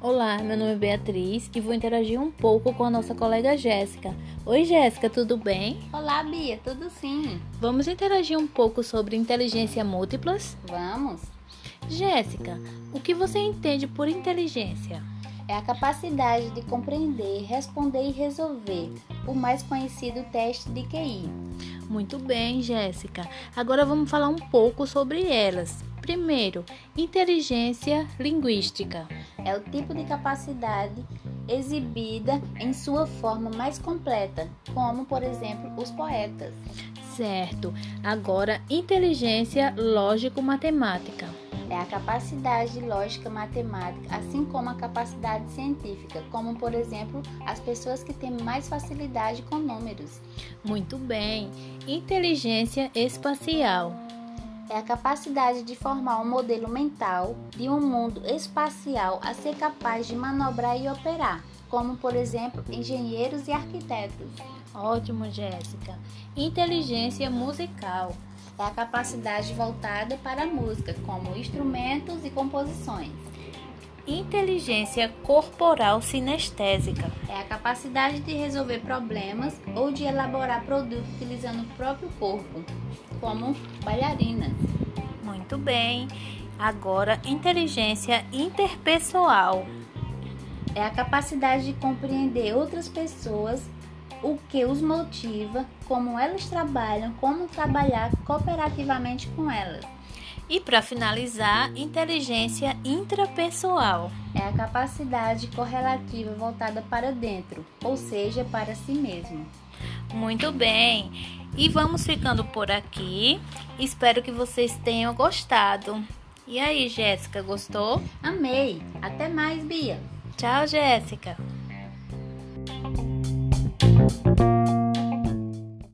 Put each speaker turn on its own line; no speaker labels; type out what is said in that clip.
Olá, meu nome é Beatriz e vou interagir um pouco com a nossa colega Jéssica. Oi, Jéssica, tudo bem?
Olá, Bia, tudo sim?
Vamos interagir um pouco sobre inteligência múltiplas?
Vamos?
Jéssica, o que você entende por inteligência?
É a capacidade de compreender, responder e resolver, o mais conhecido teste de QI.
Muito bem, Jéssica. Agora vamos falar um pouco sobre elas. Primeiro, inteligência linguística.
É o tipo de capacidade exibida em sua forma mais completa, como, por exemplo, os poetas.
Certo. Agora, inteligência lógico-matemática.
É a capacidade de lógica matemática, assim como a capacidade científica, como, por exemplo, as pessoas que têm mais facilidade com números.
Muito bem. Inteligência espacial
é a capacidade de formar um modelo mental de um mundo espacial a ser capaz de manobrar e operar, como por exemplo engenheiros e arquitetos.
Ótimo, Jéssica. Inteligência musical
é a capacidade voltada para a música, como instrumentos e composições.
Inteligência corporal sinestésica
é a capacidade de resolver problemas ou de elaborar produtos utilizando o próprio corpo, como bailarinas.
Muito bem. Agora, inteligência interpessoal
é a capacidade de compreender outras pessoas, o que os motiva, como elas trabalham, como trabalhar cooperativamente com elas.
E para finalizar, inteligência intrapessoal.
É a capacidade correlativa voltada para dentro, ou seja, para si mesmo.
Muito bem. E vamos ficando por aqui. Espero que vocês tenham gostado. E aí, Jéssica, gostou?
Amei. Até mais, Bia.
Tchau, Jéssica.